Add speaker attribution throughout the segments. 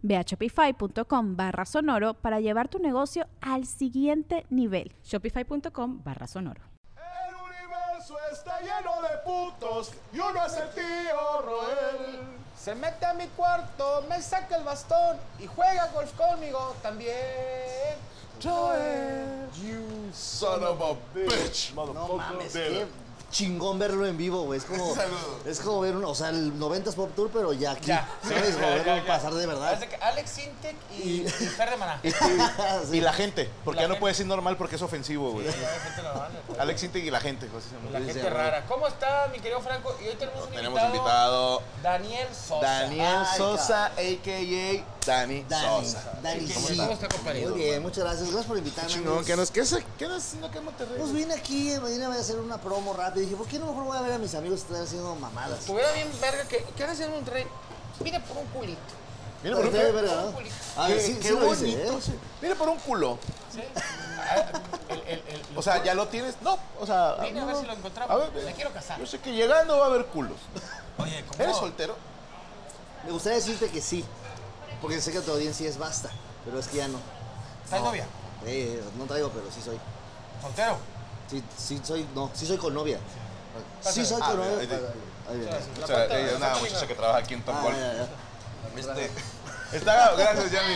Speaker 1: Ve a shopify.com barra sonoro para llevar tu negocio al siguiente nivel.
Speaker 2: Shopify.com barra sonoro.
Speaker 3: El universo está lleno de putos y uno es el tío Roel.
Speaker 4: Se mete a mi cuarto, me saca el bastón y juega golf conmigo también.
Speaker 3: Roel. You son of a bitch,
Speaker 5: No mames, qué
Speaker 3: motherfucker.
Speaker 5: chingón verlo en vivo, güey. Es como,
Speaker 3: Saludos.
Speaker 5: es como ver, un, o sea, el 90s Pop Tour, pero ya aquí.
Speaker 4: Ya.
Speaker 5: ¿Sabes? Como verlo pasar de verdad.
Speaker 4: Parece que Alex Sintek y, y Fer de Maná.
Speaker 5: Sí.
Speaker 6: Y la gente, porque
Speaker 4: La
Speaker 6: ya no
Speaker 4: gente.
Speaker 6: puedes decir normal porque es ofensivo, güey.
Speaker 4: Gente normal, güey.
Speaker 6: Alex Sintek y la gente, pues, José Samuel.
Speaker 4: La gente rara. ¿Cómo estás, mi querido Franco? Y hoy tenemos un
Speaker 6: Tenemos invitado
Speaker 4: Daniel Sosa.
Speaker 6: Daniel
Speaker 5: Ay,
Speaker 6: Sosa, a.k.a. Dani,
Speaker 5: Dani,
Speaker 6: Sosa.
Speaker 5: Dani,
Speaker 4: Sí,
Speaker 5: sí.
Speaker 4: ¿cómo está, compadre?
Speaker 5: Muy bien, muchas gracias. Gracias por invitarme.
Speaker 6: Chingón,
Speaker 5: amigos.
Speaker 6: ¿qué nos, qué, se- qué nos haciendo acá en Monterrey?
Speaker 5: Pues vine aquí, mañana voy a hacer una promo rápida. y Dije, ¿por qué no mejor voy a ver a mis amigos que están haciendo mamadas?
Speaker 4: Estuviera bien verga que... ¿Qué haces en Monterrey? Mira por un culito.
Speaker 6: Mira por un,
Speaker 5: Está de verga, ¿no? A ver,
Speaker 6: Qué-
Speaker 5: sí,
Speaker 6: qué
Speaker 5: sí lo hice,
Speaker 6: bonito,
Speaker 5: ¿eh?
Speaker 6: Ah, sí. Mira por un culo.
Speaker 4: ¿sí? Ah, el- el- el-
Speaker 6: O sea, ¿ya lo tienes? No, o sea...
Speaker 4: Vine a ver
Speaker 6: no.
Speaker 4: si lo encontramos.
Speaker 6: A ver,
Speaker 4: Me quiero casar.
Speaker 6: Yo sé que llegando va a haber culos.
Speaker 4: Oye, ¿cómo?
Speaker 6: ¿Eres soltero?
Speaker 5: Me gustaría decirte que sí. Porque sé que tu audiencia es basta. Pero es que ya no.
Speaker 4: ¿Estás novia?
Speaker 5: Eh, no traigo, pero sí soy.
Speaker 4: ¿Soltero?
Speaker 5: Sí, sí soy, no, sí soy con novia. Sí soy
Speaker 6: Ah,
Speaker 5: con novia.
Speaker 6: ahí te-
Speaker 5: Ahí viene.
Speaker 6: O sea, ella es una muchacha que trabaja aquí en
Speaker 5: Ah,
Speaker 6: Topol.
Speaker 5: ya, ya.
Speaker 6: Este, está, gracias, Yami.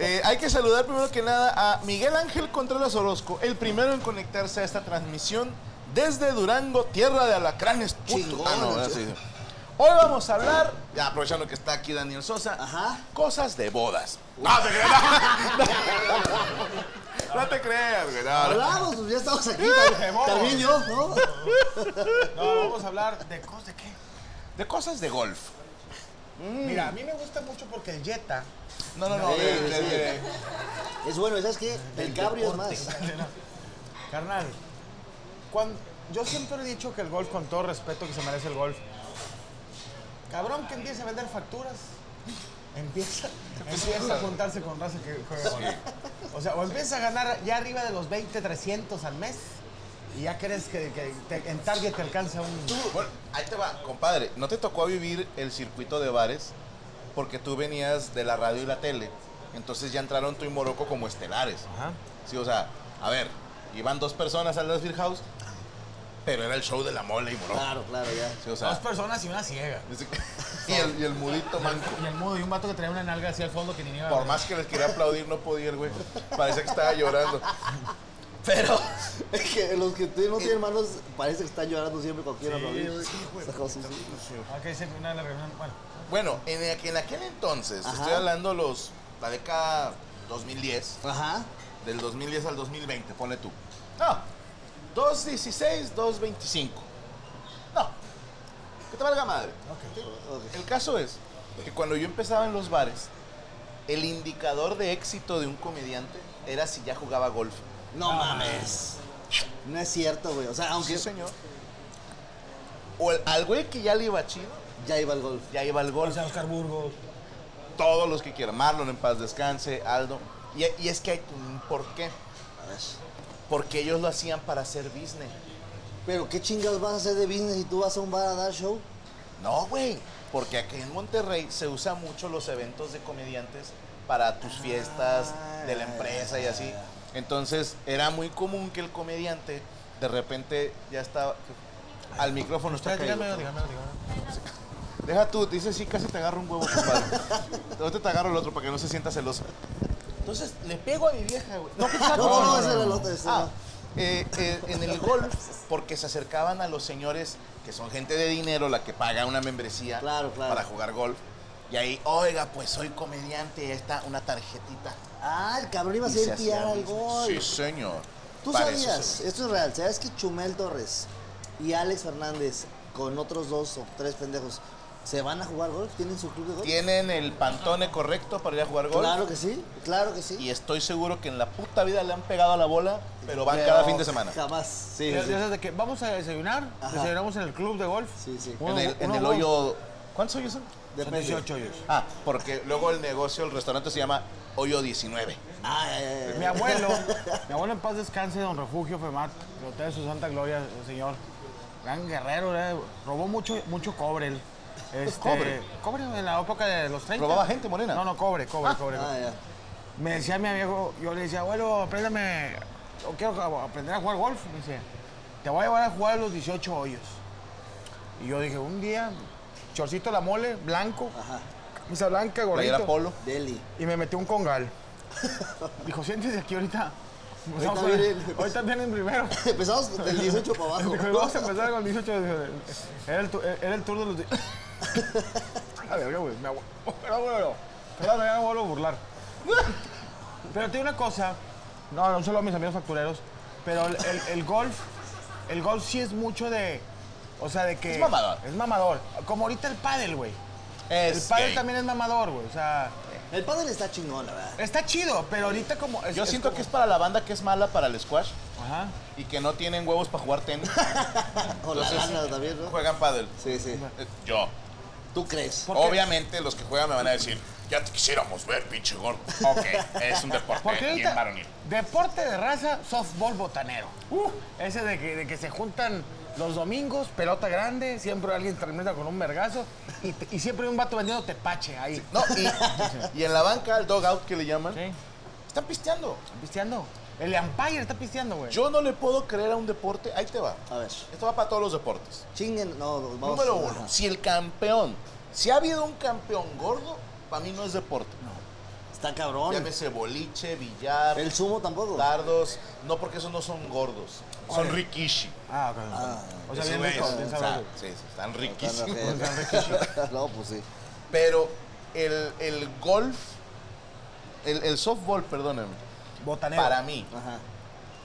Speaker 6: Eh, hay que saludar primero que nada a Miguel Ángel Contreras Orozco, el primero en conectarse a esta transmisión desde Durango, tierra de alacranes. puto.
Speaker 5: Chingón,
Speaker 6: Ah, no,
Speaker 5: chingón.
Speaker 6: ahora sí. Hoy vamos a hablar, ya aprovechando que está aquí Daniel Sosa,
Speaker 5: Ajá.
Speaker 6: cosas de bodas. No te creas, no. No te creas, güey. no, no.
Speaker 5: Hablamos, pues ya estamos aquí. También, también yo, ¿no?
Speaker 4: No, vamos a hablar de cosas de qué.
Speaker 6: De cosas de golf. Mm.
Speaker 4: Mira, a mí me gusta mucho porque el Jetta...
Speaker 6: No, no, no.
Speaker 5: Sí,
Speaker 6: de- de-
Speaker 5: sí.
Speaker 6: de-
Speaker 5: Es bueno, ¿sabes qué? El cabrio es más.
Speaker 4: Carnal, cuando, yo siempre he dicho que el golf, con todo respeto que se merece el golf, cabrón que empiece a vender facturas, empieza, empieza a juntarse con raza que juega golf. O sea, o empieza a ganar ya arriba de los 20, 300 al mes y ya crees que, que te- en Target te alcanza un...
Speaker 6: Bueno, ahí te va, compadre. ¿No te tocó vivir el circuito de bares? Porque tú venías de la radio y la tele. Entonces ya entraron tú y Morocco como estelares.
Speaker 4: Ajá.
Speaker 6: Sí, o sea, a ver, iban dos personas al Las Beer House, pero era el show de la mole y Morocco.
Speaker 5: Claro, claro, ya.
Speaker 6: Sí, o sea,
Speaker 4: personas y una ciega.
Speaker 6: y el, y el mudito manco.
Speaker 4: Y el mudo, y un vato que traía una nalga hacia el fondo que ni iba a
Speaker 6: Por
Speaker 4: ver.
Speaker 6: más que les quería aplaudir, no podía el güey. Parecía que estaba llorando. Pero,
Speaker 5: Es que los que te- no tienen manos parece que están llorando siempre con quien aplaudir.
Speaker 6: sí, güey.
Speaker 5: Esa cosa, sí.
Speaker 4: Ah, que dice que una de las reuniones- Bueno,
Speaker 6: bueno, en, aqu- en aquel entonces,
Speaker 5: Ajá.
Speaker 6: estoy hablando los, la década 2010.
Speaker 5: Ajá.
Speaker 6: Del 2010 al 2020, ponle tú. No. 216, 225. No. Que te valga madre. El caso es que cuando yo empezaba en los bares, el indicador de éxito de un comediante era si ya jugaba golf.
Speaker 5: No mames. No es cierto, güey. O sea, aunque
Speaker 6: Ah. Sí, señor. O el- al güey que ya le iba chido,
Speaker 5: ya iba al golf.
Speaker 6: ya iba al golf.
Speaker 4: o sea, Oscar Burgos.
Speaker 6: Todos los que quieran. Marlon en paz descanse, Aldo. Y, y es que hay un por qué.
Speaker 5: A ver.
Speaker 6: Porque ellos lo hacían para hacer business.
Speaker 5: Pero qué chingas vas a hacer de business si tú vas a un bar a dar show.
Speaker 6: No, güey. Porque aquí en Monterrey se usa mucho los eventos de comediantes para tus fiestas de la empresa y así. Entonces era muy común que el comediante de repente ya estaba... Al micrófono está
Speaker 4: Dígame,
Speaker 6: caído.
Speaker 4: dígame, dígame.
Speaker 6: Deja tú, te dice sí, casi te agarro un huevo, compadre. Ahorita te agarro el otro para que no se sienta celoso. Entonces le pego a mi vieja, güey. No,
Speaker 5: No, no, no, esa era la otra. esa
Speaker 6: Ah,
Speaker 5: no.
Speaker 6: eh, eh, en el golf porque se acercaban a los señores que son gente de dinero la que paga una membresía
Speaker 5: Claro, claro.
Speaker 6: para jugar golf. Y ahí, oiga, pues soy comediante, ahí está una tarjetita.
Speaker 5: Ah, el cabrón iba a
Speaker 6: Y se
Speaker 5: ser
Speaker 6: hacía
Speaker 5: tirar al
Speaker 6: business.
Speaker 5: gol.
Speaker 6: Sí, señor.
Speaker 5: Tú
Speaker 6: Para eso
Speaker 5: sabías,
Speaker 6: se-
Speaker 5: esto es real, ¿sabes que Chumel Torres y Alex Fernández con otros dos o tres pendejos se van a jugar golf? ¿Tienen su club de golf?
Speaker 6: Tienen el pantone correcto para ir a jugar golf.
Speaker 5: Claro que sí, claro que sí.
Speaker 6: Y estoy seguro que en la puta vida le han pegado a la bola, pero van
Speaker 5: Pero
Speaker 6: cada fin de semana.
Speaker 5: Jamás. Sí,
Speaker 4: Ya,
Speaker 5: sí.
Speaker 4: ya sabes de que vamos a desayunar,
Speaker 5: Ajá.
Speaker 4: desayunamos en el club de golf.
Speaker 5: Sí, sí.
Speaker 6: En el, en el
Speaker 4: uno-
Speaker 6: hoyo. ¿Cuántos hoyos son?
Speaker 4: Son
Speaker 5: Depende.
Speaker 4: 18 hoyos.
Speaker 6: Ah, porque luego el negocio, el restaurante se llama Hoyo 19.
Speaker 5: Ah, eh,
Speaker 4: Mi abuelo, mi abuelo en paz descanse, don Refugio Femat, que lo tenga en su santa gloria, el señor. Gran guerrero, era- robó mucho, mucho cobre él. Este,
Speaker 6: ¿Cobre?
Speaker 4: Cobre en la época de los 30.
Speaker 6: ¿Robaba gente morena? eh.
Speaker 4: No, no, cobre, cobre, cobre.
Speaker 5: ah, ya.
Speaker 4: Me decía mi amigo, yo le decía, abuelo, apréndame, yo quiero aprender a jugar golf. Me dice, te voy a llevar a jugar a los 18 hoyos. Y yo dije, un día, chorcito la mole, blanco,
Speaker 5: Ajá.
Speaker 4: misa blanca,
Speaker 6: Playera
Speaker 4: gordito.
Speaker 6: polo.
Speaker 5: Deli.
Speaker 4: Y me metió un congal. Dijo, siéntese aquí ahorita. Vamos a ver,
Speaker 5: vienen.
Speaker 4: ahorita vienen primero.
Speaker 5: Empezamos del 18 para abajo.
Speaker 4: Dijo, vamos a empezar con el 18. Era el, tu- era el tour de los... di- A ver, güey, me abu- Pero bueno, claro, ya me vuelvo a burlar. Pero te digo una cosa. No, no solo a mis amigos factureros. Pero el, el- el golf, el golf sí es mucho de... O sea, de que...
Speaker 6: Es mamador.
Speaker 4: Es mamador. Como ahorita el pádel, güey. El
Speaker 6: Es
Speaker 4: pádel
Speaker 6: gay.
Speaker 4: también es mamador, güey. O sea,
Speaker 5: El padre está chingón, la verdad.
Speaker 4: está chido, pero ahorita como...
Speaker 6: Yo siento
Speaker 4: como-
Speaker 6: que es para la banda que es mala para el squash
Speaker 4: Ajá.
Speaker 6: y que no tienen huevos para jugar tenis.
Speaker 5: O la
Speaker 6: Entonces,
Speaker 5: lana también, ¿no?
Speaker 6: Juegan pádel.
Speaker 5: Sí, sí.
Speaker 6: Eh, Yo.
Speaker 5: ¿Tú crees?
Speaker 4: ¿Por qué?
Speaker 6: Obviamente los que juegan me van a decir, ya te quisiéramos ver, pinche gordo. Ok, es un deporte
Speaker 4: Porque
Speaker 6: bien
Speaker 4: ahorita,
Speaker 6: varonil.
Speaker 4: deporte de raza, softball botanero. Uh. ese de que, de que se juntan los domingos, pelota grande, siempre alguien termina con un vergazo y, te- y siempre hay un vato vendiendo tepache ahí.
Speaker 6: No, y, y en la banca, el dog out que le llaman,
Speaker 4: Sí.
Speaker 6: están pisteando.
Speaker 4: ¿Pisteando? El umpire está pisteando, güey.
Speaker 6: Yo no le puedo creer a un deporte, ahí te va.
Speaker 5: A ver.
Speaker 6: Esto va para todos los deportes.
Speaker 5: Chinguen. No, vamos.
Speaker 6: Número uno,
Speaker 5: Ajá.
Speaker 6: si el campeón, si ha habido un campeón gordo, para mí no es deporte.
Speaker 5: Está cabrón.
Speaker 6: Llámese boliche, billar,
Speaker 5: El sumo tampoco.
Speaker 6: dardos, no porque esos no son gordos, son
Speaker 4: ¿Cuál?
Speaker 6: rikishi.
Speaker 4: Ah, ok. o sea,
Speaker 6: Esos
Speaker 4: bien
Speaker 6: güeyes,
Speaker 4: rico, bien
Speaker 6: o sea,
Speaker 4: sabroso.
Speaker 6: sí, sí, están
Speaker 5: Está
Speaker 6: riquísimos.
Speaker 5: raro. No, pues sí.
Speaker 6: Pero el, el golf, el, el softball, perdóname,
Speaker 4: Botanero.
Speaker 6: para mí,
Speaker 5: Ajá.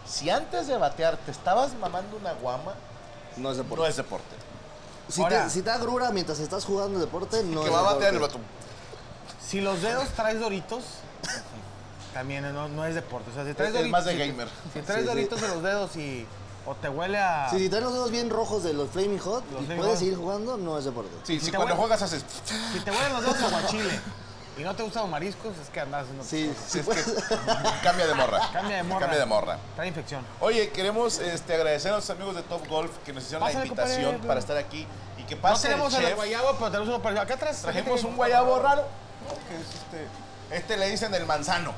Speaker 6: si antes de batear te estabas mamando una guama,
Speaker 5: No es deporte.
Speaker 6: no es deporte.
Speaker 5: Si,
Speaker 4: Ahora-
Speaker 5: te, si te agrura mientras estás jugando deporte, no
Speaker 6: que
Speaker 5: es
Speaker 6: va a
Speaker 5: deporte.
Speaker 6: batear el vato.
Speaker 4: Si los dedos traes doritos, también no, no es deporte. O sea, si traes
Speaker 6: Es- es
Speaker 4: doritos.
Speaker 6: más de
Speaker 4: si-
Speaker 6: gamer.
Speaker 4: Si traes
Speaker 5: Sí, sí.
Speaker 4: doritos en los dedos y. O te huele a.
Speaker 5: Sí, si traes los dedos bien rojos de los Flaming Hot
Speaker 4: Los
Speaker 5: y
Speaker 4: Flaming
Speaker 5: puedes
Speaker 4: Hot.
Speaker 5: seguir jugando, no es deporte.
Speaker 6: Sí,
Speaker 4: Si
Speaker 6: sí,
Speaker 4: te
Speaker 6: cuando
Speaker 4: vuel-
Speaker 6: juegas haces...
Speaker 4: Si te huelen los dedos a guachile y no te gustan los mariscos, es que andas haciendo.
Speaker 5: Sí, sí,
Speaker 6: es
Speaker 5: puedes-
Speaker 6: que- cambia de morra.
Speaker 4: pues. Cambia de morra.
Speaker 6: Cambia de morra.
Speaker 4: Trae infección.
Speaker 6: Oye, queremos este, agradecer a los amigos de Top Golf que nos hicieron
Speaker 4: Pásale,
Speaker 6: la invitación
Speaker 4: compadre.
Speaker 6: para estar aquí y que
Speaker 4: No
Speaker 6: pase
Speaker 4: tenemos
Speaker 6: el
Speaker 4: el
Speaker 6: chef.
Speaker 4: guayabo, pero tenemos uno para acá atrás.
Speaker 6: Trajimos un guayabo raro. ¿no? Que es este, este le dicen el manzano.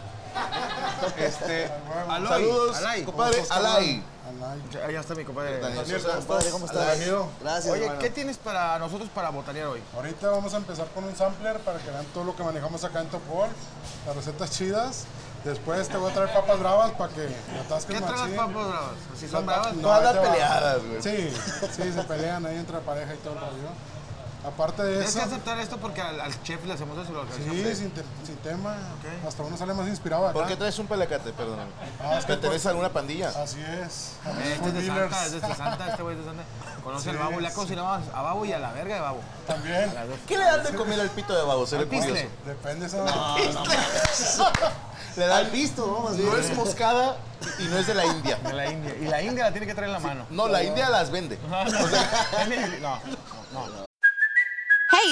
Speaker 6: Este,
Speaker 4: Aloy,
Speaker 6: saludos,
Speaker 4: Alay.
Speaker 6: compadre. Alay.
Speaker 4: Ahí está mi compadre.
Speaker 6: Daniel
Speaker 5: Padre, ¿cómo estás?
Speaker 7: Bienvenido.
Speaker 5: Gracias,
Speaker 4: Oye,
Speaker 5: hermano.
Speaker 4: ¿qué tienes para nosotros para botanear hoy?
Speaker 7: Ahorita vamos a empezar con un sampler para que vean todo lo que manejamos acá en Top Golf, las recetas chidas. Después te voy a traer papas bravas para que te atasques
Speaker 4: ¿Qué traes,
Speaker 7: machín.
Speaker 4: papas bravas? ¿Así son
Speaker 7: Las
Speaker 4: bravas?
Speaker 7: papas-
Speaker 6: Todas
Speaker 7: ahí
Speaker 6: las
Speaker 7: te va.
Speaker 6: peleadas, güey.
Speaker 7: Sí, sí, se pelean ahí entre pareja y todo el rollo. Aparte de
Speaker 4: Tienes
Speaker 7: eso,
Speaker 4: que aceptar esto porque al, al chef le hacemos eso. lo organizamos.
Speaker 7: sí, sin, te- sin tema, hasta uno sale más inspirado acá.
Speaker 6: ¿Por qué traes un pelacate? Perdóname.
Speaker 7: Ah,
Speaker 4: pues,
Speaker 7: es que
Speaker 6: ¿Perteneces a alguna pandilla?
Speaker 7: Así es.
Speaker 4: Este
Speaker 7: Full
Speaker 4: es de
Speaker 7: dealers.
Speaker 4: Santa, este es de Santa, este güey es de Santa. Conoce
Speaker 7: Sí,
Speaker 4: al babo, le ha
Speaker 7: sí.
Speaker 4: cocinado a babo y a la verga de babo.
Speaker 7: También.
Speaker 6: ¿Qué le dan de comer al pito de babo? Seré
Speaker 4: pues, Al pizle.
Speaker 6: curioso.
Speaker 7: Depende esa.
Speaker 6: Le
Speaker 5: ¿Has
Speaker 6: dan
Speaker 5: visto, no? Más bien.
Speaker 6: No es moscada y no es de la India.
Speaker 4: De la India. Y la India la tiene que traer en la mano.
Speaker 6: No, la India las vende.
Speaker 4: O sea, no, no, no.
Speaker 8: Hey,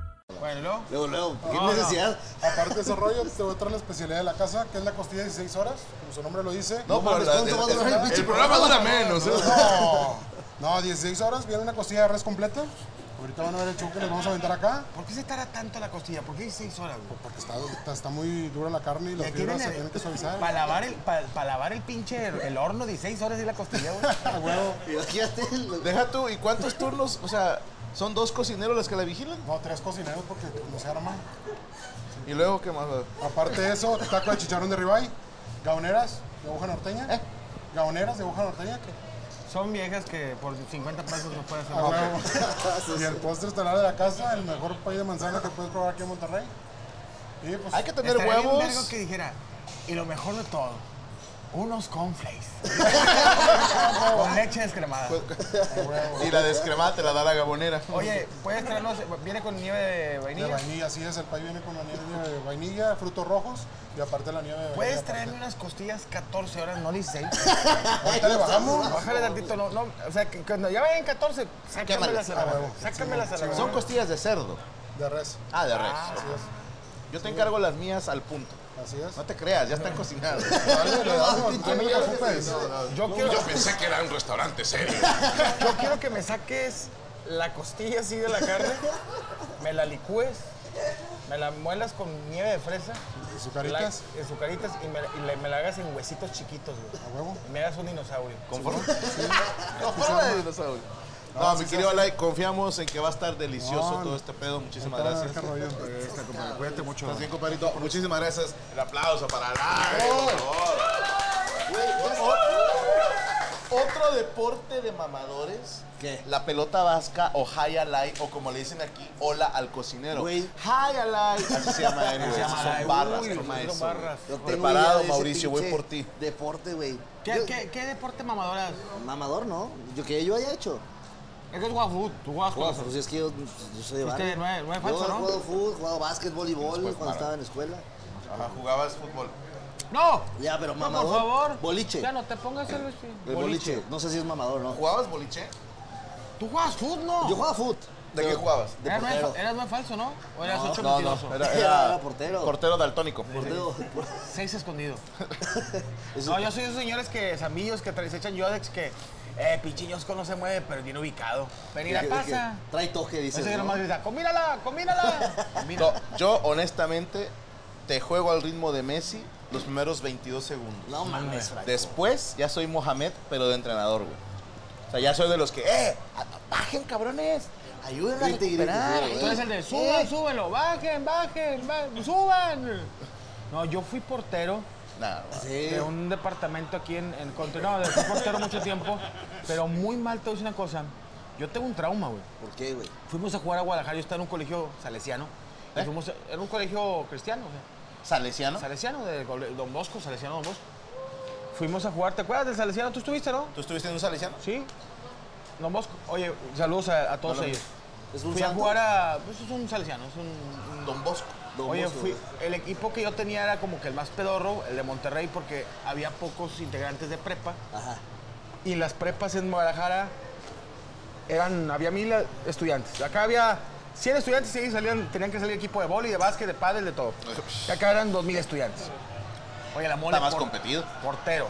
Speaker 4: Bueno, ¿y
Speaker 5: Luego,
Speaker 4: luego?
Speaker 5: luego, ¿qué
Speaker 4: No, no.
Speaker 5: necesidad?
Speaker 7: Aparte de ese rollo, te voy a traer la especialidad de la casa, que es la costilla de 16 horas, como su nombre lo dice.
Speaker 5: No, mames,
Speaker 6: la-
Speaker 5: ¿cuánto va a durar el pinche
Speaker 6: el programa dura menos. ¿eh?
Speaker 7: No, no, 16 horas, viene una costilla de res completa. Ahorita van a ver el show que les vamos a aventar acá,
Speaker 4: ¿Por qué se tarda tanto la costilla? ¿Por qué 16 horas? güey?
Speaker 7: porque está, está- está muy dura la carne y las
Speaker 4: Le tienen
Speaker 7: fibras se
Speaker 4: el-
Speaker 7: tienen que suavizar.
Speaker 4: Para lavar el, para, lavar el pinche el horno, 16 horas y la costilla, güey.
Speaker 5: Imagínate, el-
Speaker 6: Deja tú, ¿y cuántos turnos? O sea, ¿son dos cocineros los que la vigilan?
Speaker 7: No, tres cocineros porque no se arma.
Speaker 6: ¿Y luego qué más?
Speaker 7: Aparte de eso, taco de chicharrón de ribeye, gaoneras de aguja norteña.
Speaker 4: Eh.
Speaker 7: Gaoneras de aguja norteña. que-
Speaker 4: Son viejas que por 50 pesos no pueden hacer
Speaker 7: a
Speaker 4: nada.
Speaker 7: huevo. y el postre estelar de la casa, el mejor pay de manzana que puedes probar aquí en Monterrey. Y pues,
Speaker 6: Hay que tener
Speaker 4: Estaría bien
Speaker 6: huevos.
Speaker 4: vergo que dijera, y lo mejor de todo, unos cornflakes. con leche descremada.
Speaker 7: Pues,
Speaker 6: Y la descremada te la da la gabonera.
Speaker 4: Oye, puedes traernos, viene con nieve de
Speaker 7: de
Speaker 4: vainilla.
Speaker 7: vainilla, así es, el pay viene con la nieve de vainilla, frutos rojos y aparte la nieve de vainilla.
Speaker 4: Puedes
Speaker 7: aparte.
Speaker 4: traerme unas costillas 14 horas, no 16.
Speaker 7: Ahorita le bajamos.
Speaker 4: Bájale tantito, no, no, o sea, que cuando ya vayan 14, sácamelas a la
Speaker 7: Ah,
Speaker 4: verga,
Speaker 7: huevo.
Speaker 4: Sácamelas a la
Speaker 6: Son
Speaker 4: verga.
Speaker 6: costillas de cerdo.
Speaker 7: De res,
Speaker 6: Ah, de res.
Speaker 7: así es,
Speaker 6: Yo te encargo las mías al punto.
Speaker 7: así es.
Speaker 6: No te creas, ya están cocinadas.
Speaker 7: Dale, le damos, no te preocupes.
Speaker 4: Yo quiero,
Speaker 9: Yo pensé que era un restaurante serio.
Speaker 4: yo quiero que me saques la costilla así de la carne, me la licúes, me la muelas con nieve de fresa.
Speaker 7: ¿Y sucaritas?
Speaker 4: La- en sucaritas y, me, la- y le- me la hagas en huesitos chiquitos, güey.
Speaker 7: A huevo.
Speaker 4: Y me hagas un dinosaurio.
Speaker 6: No, forma de dinosaurio. No, mi querido Alay, confiamos en que va a estar delicioso
Speaker 7: No,
Speaker 6: todo este pedo. Muchísimas
Speaker 7: Ahorita,
Speaker 6: gracias.
Speaker 7: qué rollo.
Speaker 6: Cuídate mucho. Estás bien, compadrito. Muchísimas gracias. El aplauso para Alay, por favor.
Speaker 5: güey, ya está.
Speaker 6: Otro deporte de mamadores.
Speaker 5: ¿Qué?
Speaker 6: La pelota vasca o high alay o como le dicen aquí, hola al cocinero.
Speaker 5: Güey.
Speaker 6: High alay. Así se llama él, güey.
Speaker 4: llama
Speaker 6: Esas
Speaker 4: alay.
Speaker 6: son barras,
Speaker 4: Uy,
Speaker 6: toma
Speaker 4: son
Speaker 6: eso.
Speaker 4: barras.
Speaker 5: Yo tengo idea de
Speaker 6: Preparado,
Speaker 5: ese
Speaker 6: Mauricio, voy
Speaker 5: pinche
Speaker 6: por ti.
Speaker 5: Deporte, güey.
Speaker 4: ¿Qué,
Speaker 5: Yo-
Speaker 4: qué- qué deporte mamadora?
Speaker 5: Mamador, ¿no? Yo que yo haya hecho.
Speaker 4: Es que es guafut, tú juegas con
Speaker 5: Bueno,
Speaker 4: nosotros.
Speaker 5: pues es que yo, yo soy de barrio.
Speaker 4: Usted no es- no es
Speaker 5: yo
Speaker 4: falso,
Speaker 5: he
Speaker 4: ¿no?
Speaker 5: jugado fútbol, jugado básquet, voleibol
Speaker 6: Después
Speaker 5: cuando
Speaker 6: para.
Speaker 5: estaba en la escuela.
Speaker 6: Ajá, jugabas fútbol.
Speaker 4: ¡No!
Speaker 5: Ya, pero
Speaker 4: No,
Speaker 5: mamador.
Speaker 4: por favor.
Speaker 5: Boliche.
Speaker 4: Ya no te pongas el vestido.
Speaker 5: El boliche. No sé si es mamador, ¿no?
Speaker 6: ¿Jugabas boliche?
Speaker 4: ¿Tú juegas fut, no?
Speaker 5: Yo jugaba fútbol.
Speaker 6: ¿De qué jugabas?
Speaker 5: De
Speaker 4: eras,
Speaker 5: portero.
Speaker 4: más, eras más falso, ¿no? ¿O eras ocho
Speaker 6: No,
Speaker 4: mentiroso?
Speaker 6: no,
Speaker 5: Era portero.
Speaker 6: Portero daltónico.
Speaker 5: Portero.
Speaker 4: Seis escondido.
Speaker 5: Eso-
Speaker 4: No, yo soy de esos señores que, zambillos, que tra- se echan yodex, que, eh, pinche ñosco no se mueve, pero bien ubicado.
Speaker 5: que-
Speaker 4: Venir
Speaker 5: que-
Speaker 4: pasa.
Speaker 5: que Trae toque, dices.
Speaker 4: Ese que
Speaker 5: ¿no?
Speaker 4: nomás grita, combínala, combínala. Combina.
Speaker 6: No, yo honestamente te juego al ritmo de Messi los primeros 22 segundos.
Speaker 5: No mames, Frank.
Speaker 6: Después ya soy Mohamed, pero de entrenador, güey. O sea, ya soy de los que, ¡eh! a- ¡Bajen, cabrones! ¡Ayuden a
Speaker 5: Grite y grite,
Speaker 6: recuperar!
Speaker 5: güey.
Speaker 4: Tú eres el de
Speaker 5: Eh.
Speaker 4: suban, súbelo, bajen, bajen, ba- suban. No, yo fui portero
Speaker 6: Nah, güey.
Speaker 5: Sí.
Speaker 4: de un departamento aquí en, en Contra- No, de- fui portero mucho tiempo, pero muy mal. Te voy a decir una cosa. Yo tengo un trauma, güey.
Speaker 5: ¿Por qué, güey?
Speaker 4: Fuimos a jugar a Guadalajara, yo estaba en un colegio salesiano. y
Speaker 5: ¿Eh?
Speaker 4: fuimos a- era un colegio cristiano, o sea,
Speaker 6: ¿Salesiano?
Speaker 5: Ah.
Speaker 4: Salesiano, de Gole- Don Bosco, Salesiano Don Bosco. Fuimos a jugar, ¿te acuerdas del Salesiano? ¿Tú estuviste, no?
Speaker 6: ¿Tú estuviste en un salesiano?
Speaker 4: Sí. Don Bosco. Oye, saludos a, a todos
Speaker 6: No lo
Speaker 4: ellos.
Speaker 5: Es un
Speaker 4: Fui a
Speaker 5: santo.
Speaker 4: jugar a. Pues es un Salesiano, es un.
Speaker 6: Don Bosco.
Speaker 5: Don
Speaker 4: Oye,
Speaker 5: Bosco,
Speaker 4: fui,
Speaker 5: güey.
Speaker 4: el equipo que yo tenía era como que el más pedorro, el de Monterrey, porque había pocos integrantes de prepa.
Speaker 5: Ajá.
Speaker 4: Y las prepas en Guadalajara eran, había mil eh, estudiantes. Acá había 100 estudiantes y ahí salían, tenían que salir equipo de boli, de básquet, de pádel, de todo. Y acá eran 2000 estudiantes. Oye, la mole.
Speaker 6: Está más competido.
Speaker 4: Portero.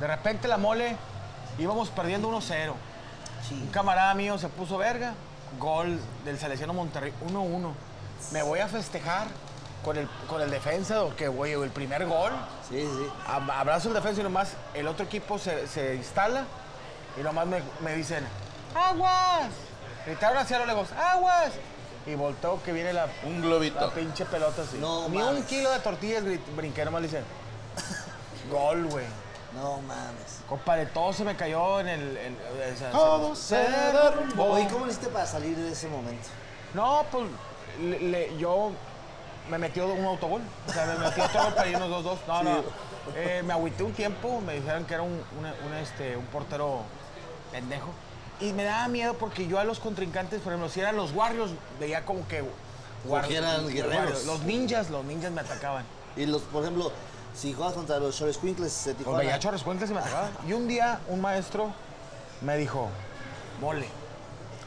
Speaker 4: De repente la mole íbamos perdiendo 1-0. Un camarada mío se puso verga. Gol del Salesiano Monterrey, 1-1. Me voy a festejar con el, con el defensa, o que, güey, el primer gol.
Speaker 5: Sí, sí.
Speaker 4: Ab- Abrazo el defensa y nomás el otro equipo se, se instala y nomás me, me dicen, ¡Aguas! Gritaron hacia los lejos, ¡Aguas! Y volteo que viene la,
Speaker 6: Un
Speaker 4: la
Speaker 6: globito.
Speaker 4: pinche pelota así.
Speaker 5: No
Speaker 4: Ni un
Speaker 5: mames.
Speaker 4: kilo de tortillas grit- brinqué, nomás le dicen, ¡Gol, güey!
Speaker 5: No mames.
Speaker 4: Compa, de todo se me cayó en el... en- en- en-
Speaker 6: Todo se derrumbó.
Speaker 5: Oye, ¿cómo le hiciste para salir de ese momento?
Speaker 4: No, pues le- le- yo me metió un autogol. O sea, me metió autogol para irnos dos dos. No, no. Eh, me agüité un tiempo, me dijeron que era un, una- un, este, un portero pendejo. Y me daba miedo porque yo a los contrincantes, por ejemplo, si eran los Warriors, veía como que.
Speaker 5: Porque eran guerreros.
Speaker 4: Los ninjas, los ninjas me atacaban.
Speaker 5: Y los, por ejemplo, si juegas contra los Shores Quinkles de
Speaker 4: Pues veía
Speaker 5: Tijuana.
Speaker 4: chorros cuencas y me atacaban. Y un día un maestro me dijo, mole,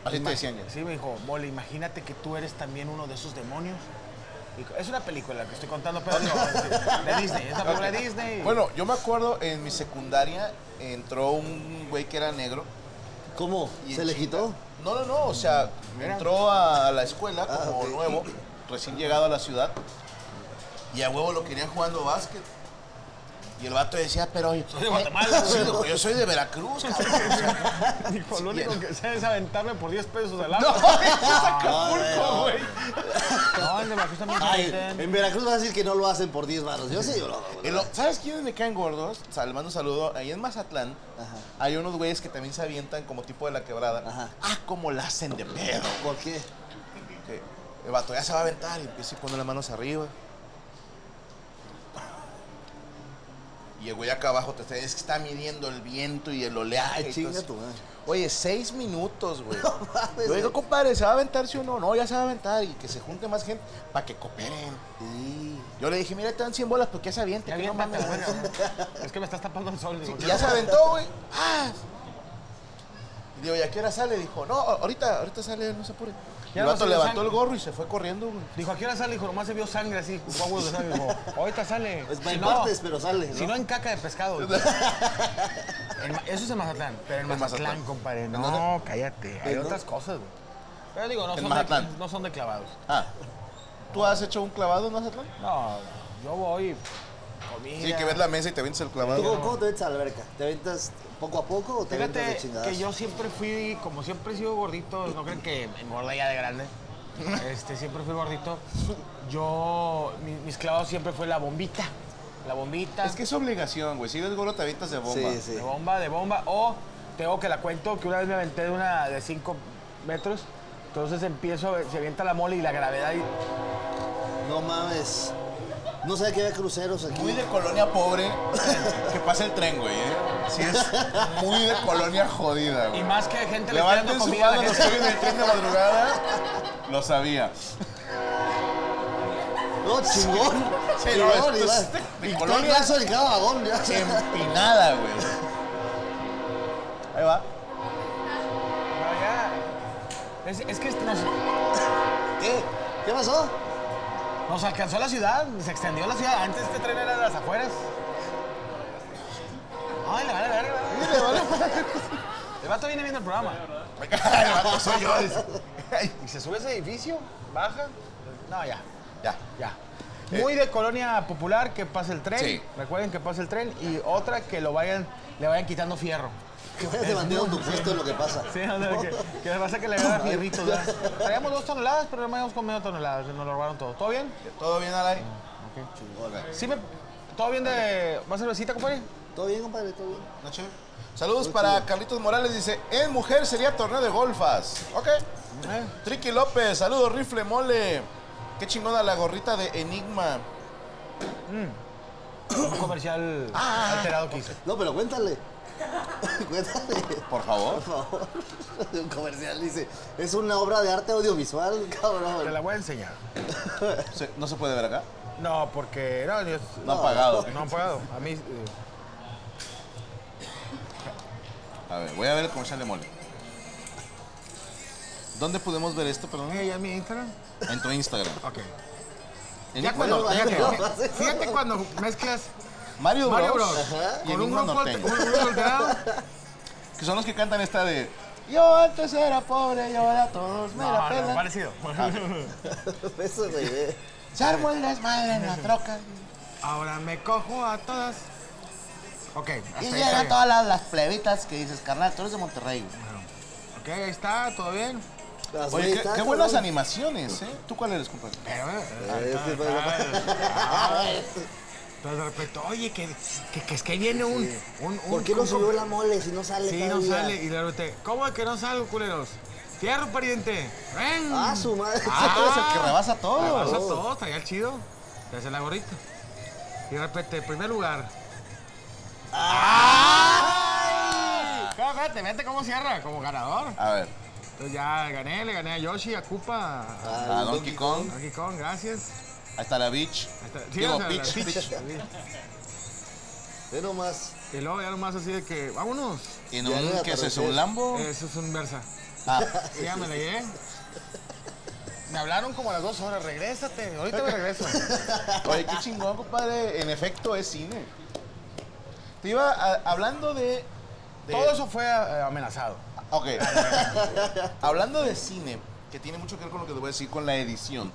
Speaker 6: Así te
Speaker 4: Ima-
Speaker 6: decían ya.
Speaker 4: Sí, me dijo, Mole, imagínate que tú eres también uno de esos demonios. Y- Es una película que estoy contando, pero no, es de Disney, es una película de
Speaker 6: Ok.
Speaker 4: Disney.
Speaker 6: Bueno, yo me acuerdo en mi secundaria entró un güey que era negro.
Speaker 5: ¿Cómo?
Speaker 6: Y
Speaker 5: ¿Se
Speaker 6: en
Speaker 5: le
Speaker 6: chinga-
Speaker 5: quitó?
Speaker 6: No, no, no. O sea,
Speaker 5: Mira.
Speaker 6: entró a la escuela
Speaker 5: Ah,
Speaker 6: como
Speaker 5: ok.
Speaker 6: nuevo, recién llegado a la ciudad. Y a huevo lo querían jugando básquet. Y el vato decía, pero yo soy
Speaker 4: de Guatemala.
Speaker 6: yo soy de Veracruz, cabrón. O sea,
Speaker 4: Dijo, lo
Speaker 6: sí,
Speaker 4: único
Speaker 6: bien.
Speaker 4: que sé es aventarme por 10 pesos al
Speaker 6: No,
Speaker 4: agua.
Speaker 6: eso es Acapulco, güey.
Speaker 4: No, en Veracruz también se
Speaker 5: Ay,
Speaker 4: meten.
Speaker 5: en Veracruz vas a decir que no lo hacen por 10 barros. Yo sí, yo lo hago.
Speaker 6: Y lo- ¿Sabes quiénes me caen gordos? O sea, les mando un saludo. Ahí en Mazatlán
Speaker 5: Ajá.
Speaker 6: hay unos güeyes que también se avientan como tipo de la quebrada.
Speaker 5: Ajá.
Speaker 6: Ah, como la hacen de pedo.
Speaker 5: ¿Por qué?
Speaker 6: Que el vato ya se va a aventar y empieza a poner las manos arriba. Y el güey acá abajo te está, es que está midiendo el viento y el oleaje.
Speaker 5: Ay,
Speaker 6: y
Speaker 5: chinga
Speaker 6: todo
Speaker 5: tu madre.
Speaker 6: eso. Oye, seis minutos, güey.
Speaker 5: mames,
Speaker 6: Yo digo,
Speaker 5: güey.
Speaker 6: compadre, ¿se va a aventar si uno? No, ya se va a aventar y que se junte más gente para que cooperen.
Speaker 5: Sí.
Speaker 6: Yo le dije, mira, te dan 100 bolas porque ya se aviente.
Speaker 4: Ya
Speaker 6: que no
Speaker 4: bien,
Speaker 6: mames, güey".
Speaker 4: Es que me estás tapando el sol. digo,
Speaker 6: Y ya se aventó, güey. ¡Ah! Y Digo, ¿y a qué hora sale? Dijo, no, ahorita, ahorita sale, no se apure. Y
Speaker 4: Ya
Speaker 6: el
Speaker 4: no
Speaker 6: vato
Speaker 4: salió
Speaker 6: levantó
Speaker 4: sangre.
Speaker 6: el gorro y se fue corriendo, güey.
Speaker 4: Dijo, ¿a qué hora sale? Dijo, nomás se vio sangre así, guagos de sangre. Dijo, ahorita sale.
Speaker 5: Pues va en partes, pero sale, ¿no?
Speaker 4: Si no en caca de pescado. dijo. En Ma- eso es en Mazatlán. Pero en,
Speaker 6: En
Speaker 4: Mazatlán,
Speaker 6: Mazatlán.
Speaker 4: compadre.
Speaker 6: ¿En
Speaker 4: No,
Speaker 6: dónde?
Speaker 4: cállate. Hay
Speaker 5: ¿En dónde?
Speaker 4: otras cosas, güey. Pero digo, no
Speaker 6: En
Speaker 4: son, de,
Speaker 6: Mazatlán.
Speaker 4: no son de clavados.
Speaker 6: Ah. ¿Tú has hecho un clavado en Mazatlán?
Speaker 4: No, yo voy. Comida.
Speaker 6: Sí, que ves la mesa y te vienes el
Speaker 5: ¿Tú
Speaker 6: clavado.
Speaker 5: cómo, cómo te metes a la alberca? ¿Te aventas poco a poco o te aventas de
Speaker 4: Fíjate
Speaker 5: chingadas?
Speaker 4: que yo siempre fui, como siempre he sido gordito, no creen que engorda ya de grande. Este, siempre fui gordito. Yo, mi- mis clavados siempre fue la bombita. La bombita.
Speaker 6: es obligación, güey. Si ves gorro, te avientas de
Speaker 5: Sí,
Speaker 4: De
Speaker 5: sí.
Speaker 4: bomba, de bomba. O tengo que la cuento que una vez me aventé de una de 5 metros. Entonces empiezo, a ver- se avienta la mole y la gravedad. Y,
Speaker 5: No mames. No sabía que había cruceros aquí.
Speaker 6: Muy de colonia pobre que pasa el tren, güey, ¿eh? Sí, es muy de colonia jodida,
Speaker 4: y
Speaker 6: güey.
Speaker 4: más que gente le está dando
Speaker 6: Levanten su
Speaker 4: comida a
Speaker 6: mano
Speaker 4: la
Speaker 6: los
Speaker 4: gente.
Speaker 6: que vienen el tren de madrugada. Lo sabía.
Speaker 5: No, chingón.
Speaker 6: Sí, no,
Speaker 5: chingón,
Speaker 6: esto
Speaker 5: Iván.
Speaker 6: es de- de
Speaker 5: Y todo
Speaker 6: colonia.
Speaker 5: el brazo de cada vagón, ya.
Speaker 6: Empinada, güey. Ahí va.
Speaker 4: No, ya. Es, es que nos,
Speaker 5: ¿Qué? ¿Qué pasó?
Speaker 4: nos alcanzó la ciudad, se extendió la ciudad. Antes este tren era de las afueras. Ay, la vale, la vale, la vale. El vato viene viendo el programa.
Speaker 6: El vato soy yo.
Speaker 4: Y se sube a ese edificio, baja. No, ya.
Speaker 6: Ya.
Speaker 4: Ya. Muy de colonia popular que pase el tren.
Speaker 6: Sí.
Speaker 4: Recuerden que pase el tren. Y otra que lo vayan, le vayan quitando fierro.
Speaker 5: Que vayas de bandera en tu puesto es lo que pasa.
Speaker 4: Sí, o sea, que, que le pasa que le agarra fierritos. ¿verdad? Traíamos dos toneladas, pero no con medio toneladas. Nos lo robaron todo. ¿Todo bien?
Speaker 6: ¿Todo bien, Alay?
Speaker 4: Sí, me- ¿Todo bien de. ¿Más cervecita, compadre?
Speaker 5: ¿Todo bien, compadre? ¿Todo bien?
Speaker 6: ¿No, chévere? Saludos para Carlitos Morales, dice, en mujer sería torneo de golfas. Ok.
Speaker 4: Eh.
Speaker 6: Triqui López, saludos, rifle mole. Qué chingona la gorrita de Enigma.
Speaker 4: Un comercial alterado que hice.
Speaker 5: No, pero cuéntale. cuéntale.
Speaker 6: Por favor.
Speaker 5: Por favor. Un comercial dice, es una obra de arte audiovisual,
Speaker 4: Te la
Speaker 5: cabrón.
Speaker 4: voy a enseñar.
Speaker 6: Se- ¿No se puede ver acá?
Speaker 4: No, porque. No, yo-
Speaker 6: No ha pagado.
Speaker 4: no han pagado. A mí. eh,
Speaker 6: A ver, voy a ver el comercial de mole. ¿Dónde podemos ver esto, perdón?
Speaker 4: ¿Ya Eh, mi Instagram?
Speaker 6: En tu Instagram.
Speaker 4: Ok.
Speaker 6: Enigma
Speaker 4: Ya cuando,
Speaker 6: Norteño.
Speaker 4: fíjate,
Speaker 5: no, no.
Speaker 4: fíjate cuando mezclas
Speaker 6: Mario Bros.
Speaker 4: Mario Bros.
Speaker 6: Ajá. y
Speaker 4: con un
Speaker 6: Enigma
Speaker 4: grupo, alter-
Speaker 6: Norteño.
Speaker 4: un grupo alterado.
Speaker 6: Que son los que cantan esta de... Yo antes era pobre y ahora todos me la
Speaker 4: No,
Speaker 6: pelan.
Speaker 4: no, parecido.
Speaker 5: Ah. Eso, güey. ve.
Speaker 6: Se armó el desmadre en la troca.
Speaker 4: Ahora me cojo a todas. Ok, hasta
Speaker 6: Y
Speaker 4: ahí está
Speaker 6: llegan
Speaker 4: bien.
Speaker 6: todas las, las plebitas que dices, carnal, tú eres de Monterrey, güey.
Speaker 4: Ok, ahí está, todo bien.
Speaker 5: Las
Speaker 4: Pues
Speaker 6: Oye, qué,
Speaker 5: bolitas,
Speaker 6: qué buenas
Speaker 5: cabrón.
Speaker 6: animaciones, ¿eh? ¿Tú cuál eres, compadre?
Speaker 4: Pero, eh,
Speaker 5: Eh, sí,
Speaker 4: ah,
Speaker 5: bueno.
Speaker 4: ah, entonces de repente, oye, que, que, que es que viene un, un, un
Speaker 5: Eh, ¿Por qué no
Speaker 4: un-
Speaker 5: subió la mole si no sale
Speaker 4: Sí, no
Speaker 5: todavía?
Speaker 4: sale. Y de repente, ¿cómo es que no salgo, culeros? Fierro, pariente. Ven.
Speaker 5: Ah, su madre.
Speaker 6: Ah, tú eres el que rebasa todo.
Speaker 4: Rebasa
Speaker 5: Oh.
Speaker 4: todo, estaría chido. Te hace la gorrita. Y de repente, primer lugar. ¡Ah! Espérate, vete cómo cierra, como ganador.
Speaker 6: A ver,
Speaker 4: Entonces ya gané, le gané a Yoshi, a Koopa, a
Speaker 6: a Donkey Kong,
Speaker 4: Donkey Kong, gracias.
Speaker 6: hasta la Beach.
Speaker 4: Ahí está. Sí,
Speaker 6: Digo,
Speaker 4: o sea, la-
Speaker 6: Peach, Peach.
Speaker 5: Ve nomás.
Speaker 4: Y luego ya nomás así de que, vámonos.
Speaker 6: En
Speaker 5: Ya
Speaker 6: un
Speaker 5: era
Speaker 6: que Ah.
Speaker 5: atardecer.
Speaker 10: Oh.
Speaker 4: Eh.
Speaker 6: es un Lambo.
Speaker 4: Eso es un Versa.
Speaker 10: Ya me la llevé. Me hablaron como a las dos horas, regrésate, ahorita me regreso.
Speaker 6: Oye, qué chingón, compadre. En efecto, es cine. Te iba a- hablando de, de-
Speaker 10: Todo eso fue eh, amenazado.
Speaker 6: Ok. hablando de cine, que tiene mucho que ver con lo que te voy a decir con la edición.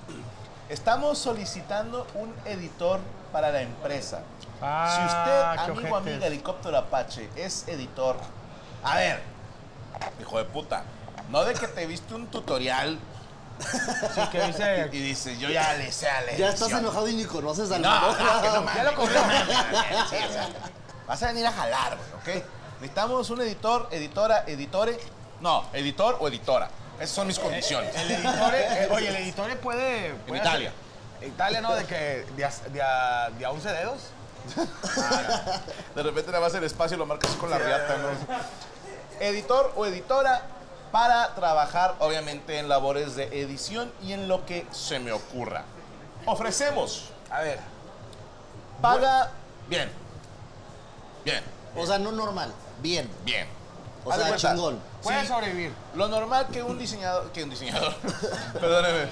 Speaker 6: Estamos solicitando un editor para la empresa.
Speaker 10: Ah,
Speaker 6: si
Speaker 10: qué
Speaker 6: usted, amigo,
Speaker 10: ojetes.
Speaker 6: amiga, helicóptero Apache, es editor. A ver, hijo de puta, no de que te viste un tutorial
Speaker 10: Sí, que dice.
Speaker 6: y dices, yo Eh, ya le sé a la
Speaker 5: Ya estás
Speaker 6: edición".
Speaker 5: enojado y ni conoces al
Speaker 6: No, no, que no mames.
Speaker 10: Ya lo cobró.
Speaker 6: Sí, o sea, vas a venir a jalar, güey, ¿ok? Necesitamos un editor, editora, editore. No, editor o editora. Esas son mis condiciones.
Speaker 10: Eh, El editor, eh, oye, el editor puede. puede hacer-
Speaker 6: Italia.
Speaker 10: En Italia, ¿no? De que. de a, de a- de a 11 dedos.
Speaker 6: De repente nada más el espacio lo marcas con la riata, ¿no? Editor o editora para trabajar, obviamente, en labores de edición y en lo que se me ocurra. Ofrecemos.
Speaker 10: A ver.
Speaker 6: Paga bien. Bien,
Speaker 5: O sea, no normal, bien.
Speaker 6: bien.
Speaker 5: O
Speaker 6: Haz de
Speaker 5: sea,
Speaker 6: cuenta.
Speaker 5: chingón.
Speaker 10: Puede
Speaker 6: Sí.
Speaker 10: sobrevivir.
Speaker 6: Lo normal que un diseñador, que un diseñador, perdóneme,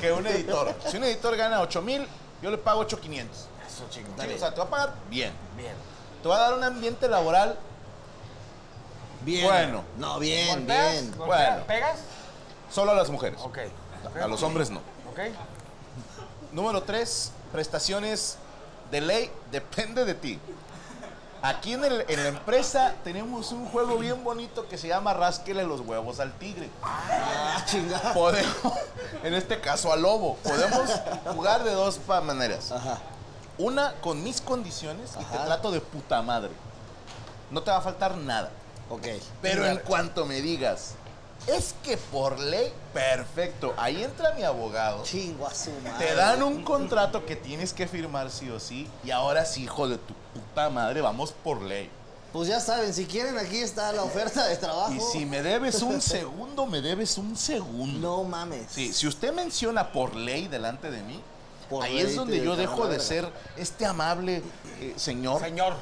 Speaker 6: que un editor. Si un editor gana 8 mil, yo le pago 8,500.
Speaker 10: Eso chingo.
Speaker 6: Sí, O sea, te va a pagar bien.
Speaker 10: Bien.
Speaker 6: Te va a dar un ambiente laboral.
Speaker 5: Bien.
Speaker 6: Bueno.
Speaker 5: No, bien,
Speaker 10: ¿Golpeas?
Speaker 5: bien.
Speaker 10: ¿Golpeas?
Speaker 6: Bueno.
Speaker 10: ¿Pegas?
Speaker 6: Solo a las mujeres.
Speaker 10: Ok.
Speaker 6: A los hombres no.
Speaker 10: Ok.
Speaker 6: Número 3, prestaciones de ley depende de ti. Aquí en, el- en la empresa tenemos un juego bien bonito que se llama Rásquele los huevos al tigre.
Speaker 5: Ah, chingada.
Speaker 6: Podemos, en este caso al lobo, podemos jugar de dos pa- maneras.
Speaker 5: Ajá.
Speaker 6: Una con mis condiciones y te
Speaker 5: Ajá.
Speaker 6: trato de puta madre. No te va a faltar nada.
Speaker 5: Ok.
Speaker 6: Pero en cuanto me digas, es que por ley, perfecto. Ahí entra mi abogado.
Speaker 5: Chingo a su madre.
Speaker 6: Te dan un contrato que tienes que firmar sí o sí. Y ahora sí, hijo de tu puta madre, vamos por ley.
Speaker 5: Pues ya saben, si quieren, aquí está la oferta de trabajo.
Speaker 6: Y si me debes un segundo, me debes un segundo.
Speaker 5: No mames.
Speaker 6: Sí, si usted menciona por ley delante de mí,
Speaker 5: Por
Speaker 6: ahí
Speaker 5: ley
Speaker 6: es donde
Speaker 5: te
Speaker 6: yo
Speaker 5: echan
Speaker 6: dejo de
Speaker 5: la verga.
Speaker 6: ser este amable eh, señor,
Speaker 10: Señor.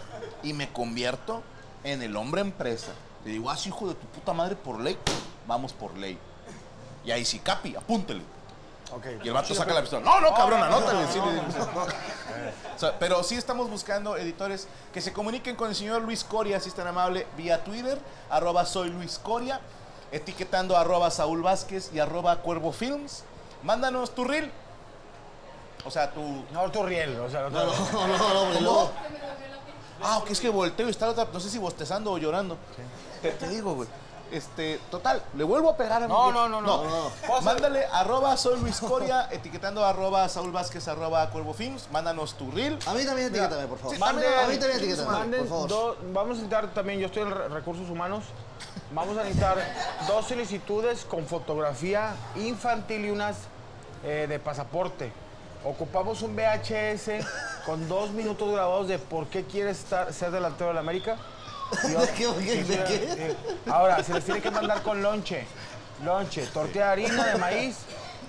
Speaker 6: y me convierto en el hombre empresa. Le digo, ah, sí, hijo de tu puta madre, por ley, vamos por ley. Y ahí sí, capi, apúntele.
Speaker 10: Ok.
Speaker 6: Y el vato saca la pistola. No, no, cabrón,
Speaker 10: no, no,
Speaker 6: anótale.
Speaker 10: no,
Speaker 6: Sí,
Speaker 10: no,
Speaker 6: le digo, o sea, pero sí estamos buscando editores que se comuniquen con el señor Luis Coria, si es tan amable, vía Twitter, arroba soy Luis Coria, etiquetando arroba Saúl Vázquez y arroba Cuervo Films. Mándanos tu reel. O sea, tu...
Speaker 10: No, tu riel. O sea, no,
Speaker 5: No,
Speaker 10: te-
Speaker 5: no, no, no, güey, no.
Speaker 6: Ah, ok, es que volteo y está la otra, no sé si bostezando o llorando. Te, te digo, güey. Este, total, le vuelvo a pegar a mi
Speaker 10: No,
Speaker 6: vieja.
Speaker 10: no, no, no.
Speaker 6: No. Mándale arroba soy Luis Coria, etiquetando arroba Saúl Vázquez, arroba Cuervo Films. Mándanos tu reel.
Speaker 5: A mí también etiquétame, por favor.
Speaker 6: sí,
Speaker 5: a
Speaker 6: mande-
Speaker 5: mí también etiquétame,
Speaker 4: Manden
Speaker 5: por favor.
Speaker 4: dos- vamos a necesitar también, yo estoy en re- recursos humanos, vamos a necesitar dos solicitudes con fotografía infantil y unas eh, de pasaporte. Ocupamos un VHS con dos minutos grabados de por qué quiere estar, ser delantero de la América. Y o-
Speaker 5: ¿Qué, qué,
Speaker 4: sí,
Speaker 5: de
Speaker 4: sí,
Speaker 5: qué?
Speaker 4: sí. Ahora, se les tiene que mandar con lonche. Lonche, tortilla de harina, de maíz,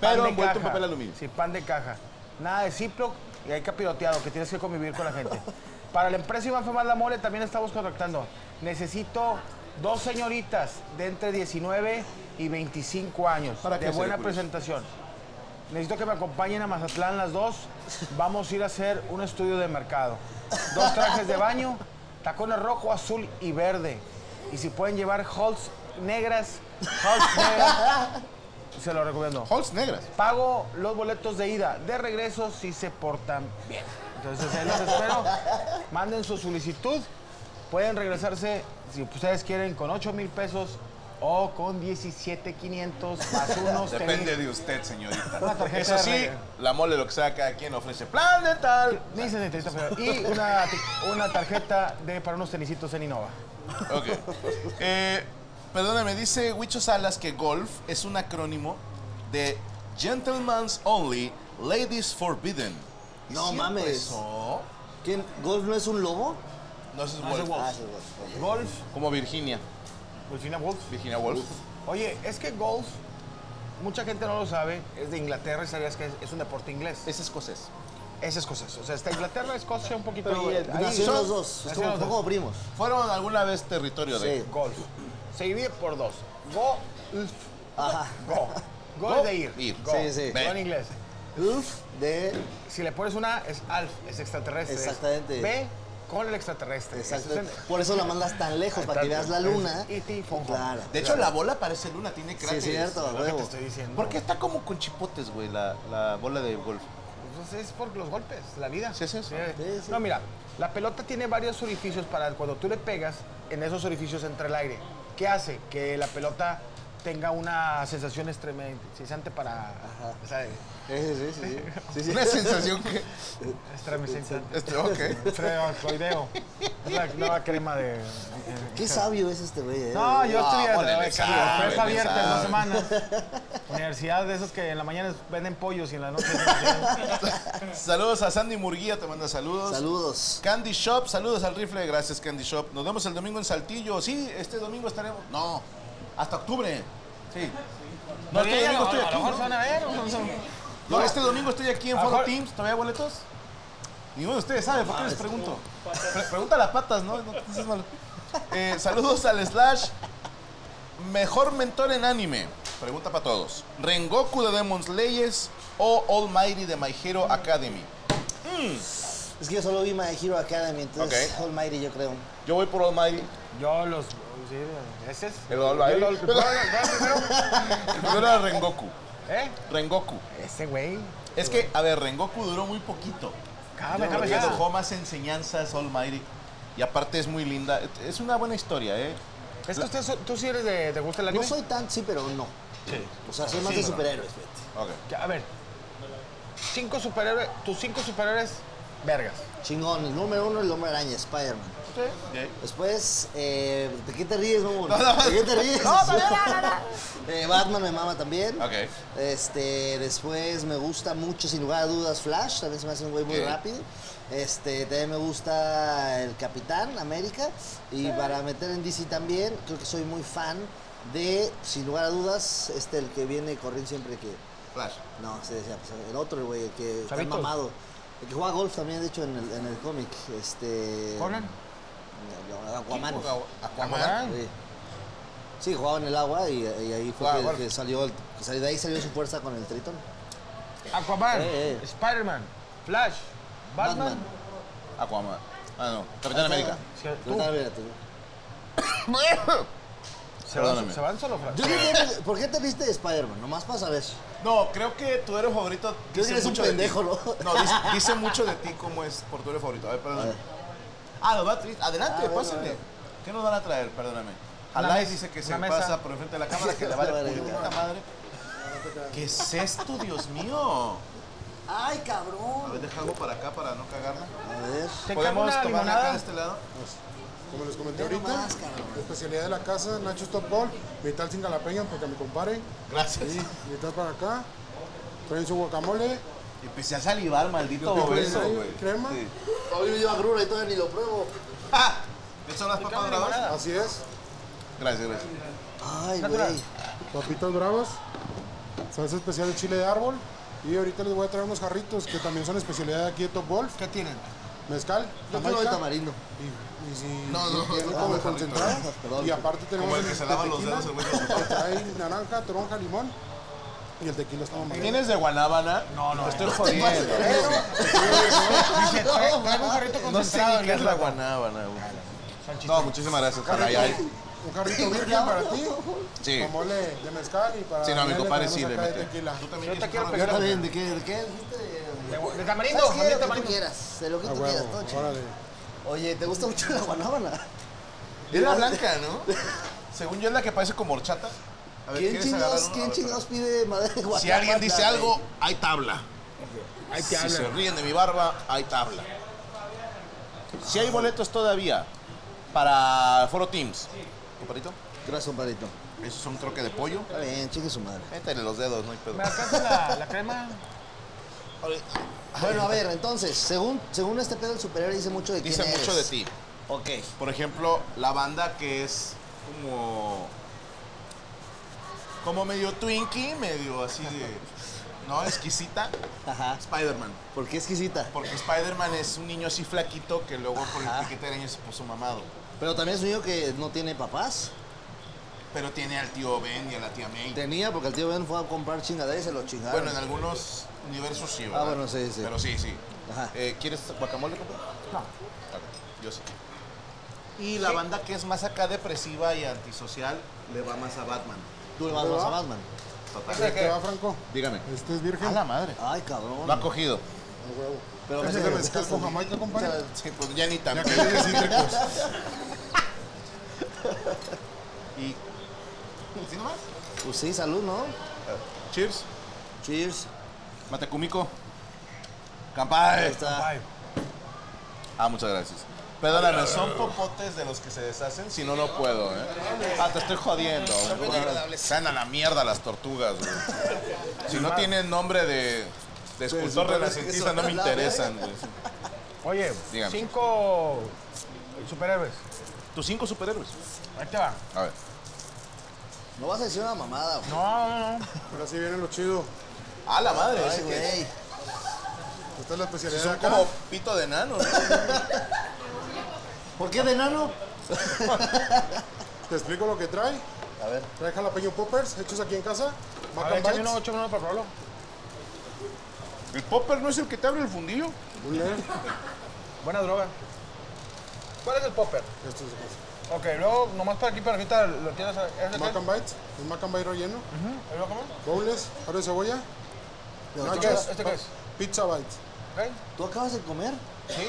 Speaker 6: Pero
Speaker 4: pan de
Speaker 6: envuelto en
Speaker 4: caja.
Speaker 6: papel aluminio.
Speaker 4: Sí, pan de caja. Nada de Ziploc y hay capiroteado, que tienes que convivir con la gente. Para la empresa Iván Femar La Mole también estamos contactando. Necesito dos señoritas de entre 19 y 25 años,
Speaker 6: ¿Para qué
Speaker 4: de
Speaker 6: se
Speaker 4: buena
Speaker 6: le curioso?
Speaker 4: presentación. Necesito que me acompañen a Mazatlán las dos. Vamos a ir a hacer un estudio de mercado. Dos trajes de baño, tacones rojo, azul y verde. Y si pueden llevar halls negras, halls negras, se lo recomiendo.
Speaker 6: Halls negras.
Speaker 4: Pago los boletos de ida, de regreso si se portan bien. Entonces ahí los espero. Manden su solicitud. Pueden regresarse si ustedes quieren con 8 mil pesos o con 17,500 más unos.
Speaker 6: Depende
Speaker 4: tenis.
Speaker 6: de usted, señorita.
Speaker 4: Una tarjeta
Speaker 6: Eso
Speaker 4: de
Speaker 6: sí,
Speaker 4: regalo.
Speaker 6: la mole lo que saca cada quien ofrece plan de tal.
Speaker 4: Ni se necesita, pero- Y una, una tarjeta de, para unos tenisitos en Innova.
Speaker 6: Ok. Eh, perdóname, dice Huicho Salas que golf es un acrónimo de Gentlemen's Only, Ladies Forbidden.
Speaker 5: No
Speaker 6: ¿Cierto
Speaker 5: mames.
Speaker 6: Eso?
Speaker 5: ¿Quién? ¿Golf no es un lobo?
Speaker 6: No, eso es
Speaker 4: es
Speaker 6: golf.
Speaker 4: golf.
Speaker 5: Ah, sí, golf. ok.
Speaker 4: Golf,
Speaker 6: Como Virginia.
Speaker 4: Golfina Wolf.
Speaker 6: Virginia Woolf.
Speaker 4: Oye, es que golf, mucha gente no lo sabe, es de Inglaterra y sabías que es, es un deporte inglés.
Speaker 6: Es escocés.
Speaker 4: Es escocés. O sea, está Inglaterra, Escocia, un poquito ahí. ahí
Speaker 5: Nació en
Speaker 4: son-
Speaker 5: eh, los dos. Es
Speaker 4: nació
Speaker 5: como,
Speaker 4: en los
Speaker 5: son como primos.
Speaker 6: Fueron alguna vez territorio de.
Speaker 5: Sí.
Speaker 4: Golf. Se divide por dos. Go.
Speaker 5: Ajá.
Speaker 4: Go. Go,
Speaker 5: Go,
Speaker 4: es de ir.
Speaker 5: ir.
Speaker 4: Go.
Speaker 5: Sí, sí.
Speaker 4: Go en inglés.
Speaker 5: Uf de.
Speaker 4: Si le pones una, es alf, es extraterrestre. es
Speaker 5: Exactamente.
Speaker 4: Ve con el extraterrestre.
Speaker 5: Exacto.
Speaker 4: Eso es en-
Speaker 5: Por eso la mandas tan lejos, para que veas la luna.
Speaker 4: Y ti, fon, fon.
Speaker 5: Claro.
Speaker 6: De hecho, la bola parece luna, tiene
Speaker 5: Sí,
Speaker 6: cráteres.
Speaker 5: es cierto, a
Speaker 6: Lo que te
Speaker 5: huevo.
Speaker 6: estoy diciendo. ¿Por qué está como con chipotes, güey, la, la bola de golf?
Speaker 4: Pues es por los golpes, la vida.
Speaker 6: Sí, es eso.
Speaker 4: Sí. No, mira, la pelota tiene varios orificios para cuando tú le pegas, en esos orificios entra el aire. ¿Qué hace? Que la pelota tenga una sensación estremecente para... o sea,
Speaker 5: Sí, sí, sí, sí. Sí, sí.
Speaker 6: Una sensación que.
Speaker 4: Estremecente.
Speaker 6: Este, ok.
Speaker 4: Freocoideo. Es la nueva crema de...
Speaker 5: Qué sabio es este güey. eh.
Speaker 4: No, yo
Speaker 6: Ah,
Speaker 4: estudié
Speaker 6: ponele
Speaker 4: la
Speaker 6: examen,
Speaker 4: empresa abierta en dos
Speaker 6: examen.
Speaker 4: semanas. Universidad de esas que en la mañana venden pollos y en la noche...
Speaker 6: Saludos a Sandy Murguía, te manda saludos.
Speaker 5: Saludos.
Speaker 6: Candy Shop, saludos al rifle, gracias Candy Shop. Nos vemos el domingo en Saltillo. Sí, este domingo estaremos. No, hasta octubre. Sí. No,
Speaker 4: Oye,
Speaker 6: este
Speaker 4: a
Speaker 6: domingo
Speaker 4: lo-
Speaker 6: estoy
Speaker 4: a lo
Speaker 6: aquí.
Speaker 4: mejor se van
Speaker 6: ¿no?
Speaker 4: a ver, o sea,
Speaker 6: No, este domingo estoy aquí en
Speaker 4: A lo
Speaker 6: Foro
Speaker 4: mejor-
Speaker 6: Teams. ¿Todavía hay boletos? Ninguno de ustedes sabe, ¿por qué les pregunto? Pre- pregunta a las patas, ¿no? No te seas malo. Eh, saludos al Slash. Mejor mentor en anime. Pregunta para todos. ¿Rengoku de Demon Slayers o Almighty de My Hero Academy?
Speaker 5: Es que yo solo vi My Hero Academy, entonces
Speaker 6: Ok.
Speaker 5: Almighty yo creo.
Speaker 6: Yo voy por Almighty.
Speaker 4: Yo los... sí, ¿Ese es?
Speaker 6: El Almighty.
Speaker 4: Yo lo-
Speaker 6: Pero- Primero era Rengoku.
Speaker 4: ¿Eh?
Speaker 6: Rengoku.
Speaker 4: Ese güey.
Speaker 6: Es que, a ver, Rengoku duró muy poquito.
Speaker 4: Cabe,
Speaker 6: Creo
Speaker 4: cabe,
Speaker 6: que
Speaker 4: ya.
Speaker 6: dejó más enseñanzas Almighty. Y aparte es muy linda. Es una buena historia, ¿eh?
Speaker 4: Es que usted, so- tú sí eres de... ¿Te gusta el anime?
Speaker 5: No soy tan, sí, pero no.
Speaker 6: Sí.
Speaker 5: O sea, soy más
Speaker 6: Sí,
Speaker 5: de
Speaker 6: no.
Speaker 5: superhéroes, fíjate.
Speaker 6: Ok.
Speaker 4: Que, A ver. Cinco superhéroes... Tus cinco superhéroes... Vergas.
Speaker 5: Chingón, el número uno, el hombre araña, Spider-Man. Después, eh, ¿de qué te ríes, mamón? ¿De qué te ríes? Eh, Batman me mama también.
Speaker 6: Ok.
Speaker 5: Este, después me gusta mucho, sin lugar a dudas, Flash, también se me hace un güey muy
Speaker 6: Ok.
Speaker 5: rápido. Este, también me gusta el Capitán América. Y para meter en DC también, creo que soy muy fan de, sin lugar a dudas, este, el que viene corriendo siempre que.
Speaker 6: Flash.
Speaker 5: No, se decía, pues, el otro, güey, el que está
Speaker 4: Chavitos.
Speaker 5: mamado. El que juega golf también, de hecho, en el, en el cómic. Este.
Speaker 4: Conan.
Speaker 5: No, no, Aquaman.
Speaker 6: Aquaman.
Speaker 5: Sí. Sí, jugaba en el agua y, y ahí fue
Speaker 6: Jugaba
Speaker 5: que,
Speaker 6: golf.
Speaker 5: que salió, el- que salió- de ahí salió su fuerza con el Tritón.
Speaker 4: Aquaman.
Speaker 5: Eh, eh.
Speaker 4: Spider-Man. Flash. Batman.
Speaker 5: Batman.
Speaker 6: Aquaman. Ah, no. Capitán América.
Speaker 4: Sí, tú.
Speaker 5: Trataba de-
Speaker 4: Se van,
Speaker 6: Perdóname.
Speaker 4: se van solo, Flash.
Speaker 5: Yo diría que- ¿Por qué te viste de Spider-Man? Nomás para saber.
Speaker 6: No, creo que tu héroe favorito.
Speaker 5: Creo que eres un
Speaker 6: mucho de ti.
Speaker 5: pendejo, ¿no?
Speaker 6: No, dice, dice mucho de ti cómo es por tu héroe favorito. A ver, perdóname.
Speaker 5: ver.
Speaker 6: Ah, nos va a tri- Adelante,
Speaker 5: Ah, bueno,
Speaker 6: pásenle.
Speaker 5: bueno.
Speaker 6: ¿Qué nos van a traer? Perdóname.
Speaker 4: Una
Speaker 6: Alay
Speaker 4: mesa,
Speaker 6: dice que se
Speaker 4: una mesa.
Speaker 6: pasa por enfrente de la cámara, que le vale
Speaker 5: Vale,
Speaker 6: puta madre. ¿Qué es esto, Dios mío?
Speaker 5: ¡Ay,
Speaker 6: A
Speaker 5: cabrón!
Speaker 6: ver, deja algo para acá para no cagarla.
Speaker 5: A ver.
Speaker 4: ¿Te cabe
Speaker 6: ¿Podemos
Speaker 4: una
Speaker 6: tomar acá de
Speaker 4: limonada?
Speaker 6: este lado?
Speaker 7: Como les comenté
Speaker 5: Ve
Speaker 7: ahorita,
Speaker 5: nomás, cabrón.
Speaker 7: la especialidad de la casa, Nacho Top Ball, mitad sin galapeña para que me comparen,
Speaker 6: Gracias.
Speaker 7: y mitad para acá. Traen su guacamole,
Speaker 6: Empecé a salivar, maldito
Speaker 7: Yo creo que
Speaker 6: obeso,
Speaker 7: hay
Speaker 6: güey.
Speaker 7: crema.
Speaker 6: Sí.
Speaker 5: Hoy yo agrura y todavía ni lo pruebo.
Speaker 6: ¡Ah! ¿Estas son las papas bravas?
Speaker 7: así es,
Speaker 6: Gracias, gracias.
Speaker 5: Ay,
Speaker 4: Natural.
Speaker 5: güey.
Speaker 7: papitas bravas, salsa especial de chile de árbol, y ahorita les voy a traer unos jarritos que también son especialidad aquí de Top Golf,
Speaker 4: ¿Qué tienen?
Speaker 7: mezcal,
Speaker 5: Yo quiero de
Speaker 7: jamaica,
Speaker 5: tamarindo.
Speaker 7: y, y si
Speaker 6: No, no,
Speaker 7: si quieren
Speaker 6: no,
Speaker 7: como
Speaker 6: no,
Speaker 7: concentrado,
Speaker 5: perdón.
Speaker 7: y aparte
Speaker 6: Como
Speaker 7: tenemos este
Speaker 6: el que se lava los
Speaker 7: tequila,
Speaker 6: dedos, el güey que se-
Speaker 7: que trae naranja, toronja, limón, y el tequila está mamando.
Speaker 6: ¿Vienes de Guanábana? No, no. Te estoy jodiendo.
Speaker 4: Dice, trae trae un jarrito
Speaker 6: No sé
Speaker 4: concentrado.
Speaker 6: ni qué es la guanábana, güey. No, muchísimas gracias. Ay, ay.
Speaker 7: Un jarrito virgen para ti,
Speaker 6: Sí.
Speaker 7: con mole de mezcal y para
Speaker 6: Sí, no, mi
Speaker 7: Nele
Speaker 6: compadre
Speaker 7: tenemos
Speaker 6: sí le
Speaker 7: acá de
Speaker 6: mete.
Speaker 7: tequila.
Speaker 4: Yo te quiero
Speaker 5: Yo
Speaker 4: pegar.
Speaker 5: también, ¿de qué? ¿De qué? dijiste?
Speaker 4: De de tamarindo,
Speaker 5: ¿Sabes qué? Lo
Speaker 4: también
Speaker 5: que tú
Speaker 4: tamarindo.
Speaker 5: quieras, de lo que
Speaker 7: A
Speaker 5: tú
Speaker 7: huevo,
Speaker 5: quieras, todo chido.
Speaker 7: órale.
Speaker 5: Oye, ¿te gusta mucho la guanábana?
Speaker 6: Es la blanca, ¿no? Según yo es la que parece como horchata. A ver,
Speaker 5: ¿Quién
Speaker 6: ¿quieres agarrar
Speaker 5: chingados,
Speaker 6: uno? A
Speaker 5: quién
Speaker 6: ver,
Speaker 5: chingados pide madera de guanábana?
Speaker 6: Si alguien dice
Speaker 5: güey?
Speaker 6: algo, hay tabla. Hay si se ríen de mi barba, hay tabla. Si hay boletos todavía para Foro Teams. Compadrito,
Speaker 5: Gracias, compadrito.
Speaker 6: eso es un troque de pollo.
Speaker 5: Está bien, chingue su madre.
Speaker 6: Métele los dedos, no hay pedo.
Speaker 4: ¿Me alcanza la, la crema?
Speaker 5: Bueno, a ver, entonces, según, según este pedo, el superior dice mucho de quién
Speaker 6: Dice
Speaker 5: eres.
Speaker 6: mucho de ti.
Speaker 5: Ok.
Speaker 6: Por ejemplo, la banda que es como. Como medio Twinkie, medio así de. No, exquisita.
Speaker 5: Ajá.
Speaker 6: Spider-Man.
Speaker 5: ¿Por qué exquisita?
Speaker 6: Porque Spider-Man es un niño así flaquito que luego por el piquete de araña se puso mamado.
Speaker 5: Pero también es un niño que no tiene papás.
Speaker 6: Pero tiene al tío Ben y a la tía May.
Speaker 5: Tenía, porque el tío Ben fue a comprar chingadera y se lo chingaron.
Speaker 6: Bueno, en algunos universos sí, ¿verdad?
Speaker 5: Ah, bueno, sí, sí.
Speaker 6: Pero sí, sí. Eh, ¿Quieres guacamole, compa? No. yo sí. Y la banda que es más acá depresiva y antisocial le va más a Batman.
Speaker 5: Tú le vas más a Batman.
Speaker 6: Total.
Speaker 7: ¿Este te va, Franco?
Speaker 6: Dígame.
Speaker 7: ¿Este es virgen?
Speaker 6: A Ah, la madre.
Speaker 5: Ay, cabrón.
Speaker 6: Lo ha cogido.
Speaker 7: A huevo.
Speaker 5: Pero
Speaker 7: ¿Ese
Speaker 5: me-
Speaker 7: de mezcal con Jamaica, compadre?
Speaker 6: Sí, pues ya ni
Speaker 7: Ya
Speaker 6: tanto.
Speaker 7: que le pues. cítricos.
Speaker 6: y... ¿Sí nomás?
Speaker 5: Pues sí, salud, ¿no?
Speaker 6: Cheers.
Speaker 5: Cheers.
Speaker 6: Matecumico. Campay.
Speaker 5: Ahí está.
Speaker 6: Ah, muchas gracias. Perdóname, son popotes de los que se deshacen, si no, no puedo, ¿eh? Ah, te estoy jodiendo. Sean a la mierda las tortugas, güey. Si no tienen nombre de, de escultor
Speaker 5: Sí, sí,
Speaker 6: renacentista, no me
Speaker 5: sí,
Speaker 6: interesan, güey.
Speaker 11: Oye,
Speaker 6: Dígame.
Speaker 11: cinco superhéroes.
Speaker 6: Tus cinco superhéroes.
Speaker 11: Ahí te va.
Speaker 6: A ver.
Speaker 5: No vas a decir una mamada, güey.
Speaker 11: No, no, no.
Speaker 7: Ahora sí viene lo chido.
Speaker 6: Ah, la madre.
Speaker 5: Ay,
Speaker 6: ese que-
Speaker 5: güey.
Speaker 7: Esta es la especialidad de
Speaker 6: Son
Speaker 7: acá.
Speaker 6: como pito de nano, ¿no?
Speaker 5: ¿Por qué de enano?
Speaker 7: Te explico lo que trae.
Speaker 5: A ver.
Speaker 7: Trae jalapeño poppers hechos aquí en casa.
Speaker 11: A
Speaker 7: Mac
Speaker 11: ver,
Speaker 7: and
Speaker 11: échame uno,
Speaker 7: bites.
Speaker 11: échame uno para probarlo.
Speaker 6: ¿El popper no es el que te abre el fundillo?
Speaker 7: Muy bien.
Speaker 11: Buena droga. ¿Cuál es el popper?
Speaker 7: Esto es de casa.
Speaker 11: Ok, luego nomás para aquí, para ahorita lo tienes. ¿Es el
Speaker 7: Mac
Speaker 11: que-
Speaker 7: and bites. El mac and bite relleno.
Speaker 11: ¿El loco más?
Speaker 7: Bowls. Aro de cebolla.
Speaker 5: Pero, ¿tú,
Speaker 7: Nachos.
Speaker 11: qué- este qué es?
Speaker 7: Pizza bites.
Speaker 11: Ok.
Speaker 5: tú acabas de comer?
Speaker 11: Sí.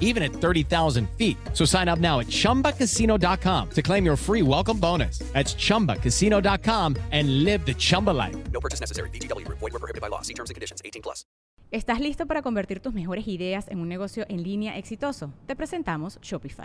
Speaker 12: even at 30,000 feet. So sign up now at chumbacasino.com to claim your free welcome bonus. That's chumbacasino.com and live the Chumba life.
Speaker 2: ¿Estás listo para convertir tus mejores ideas en un negocio en línea exitoso? Te presentamos Shopify.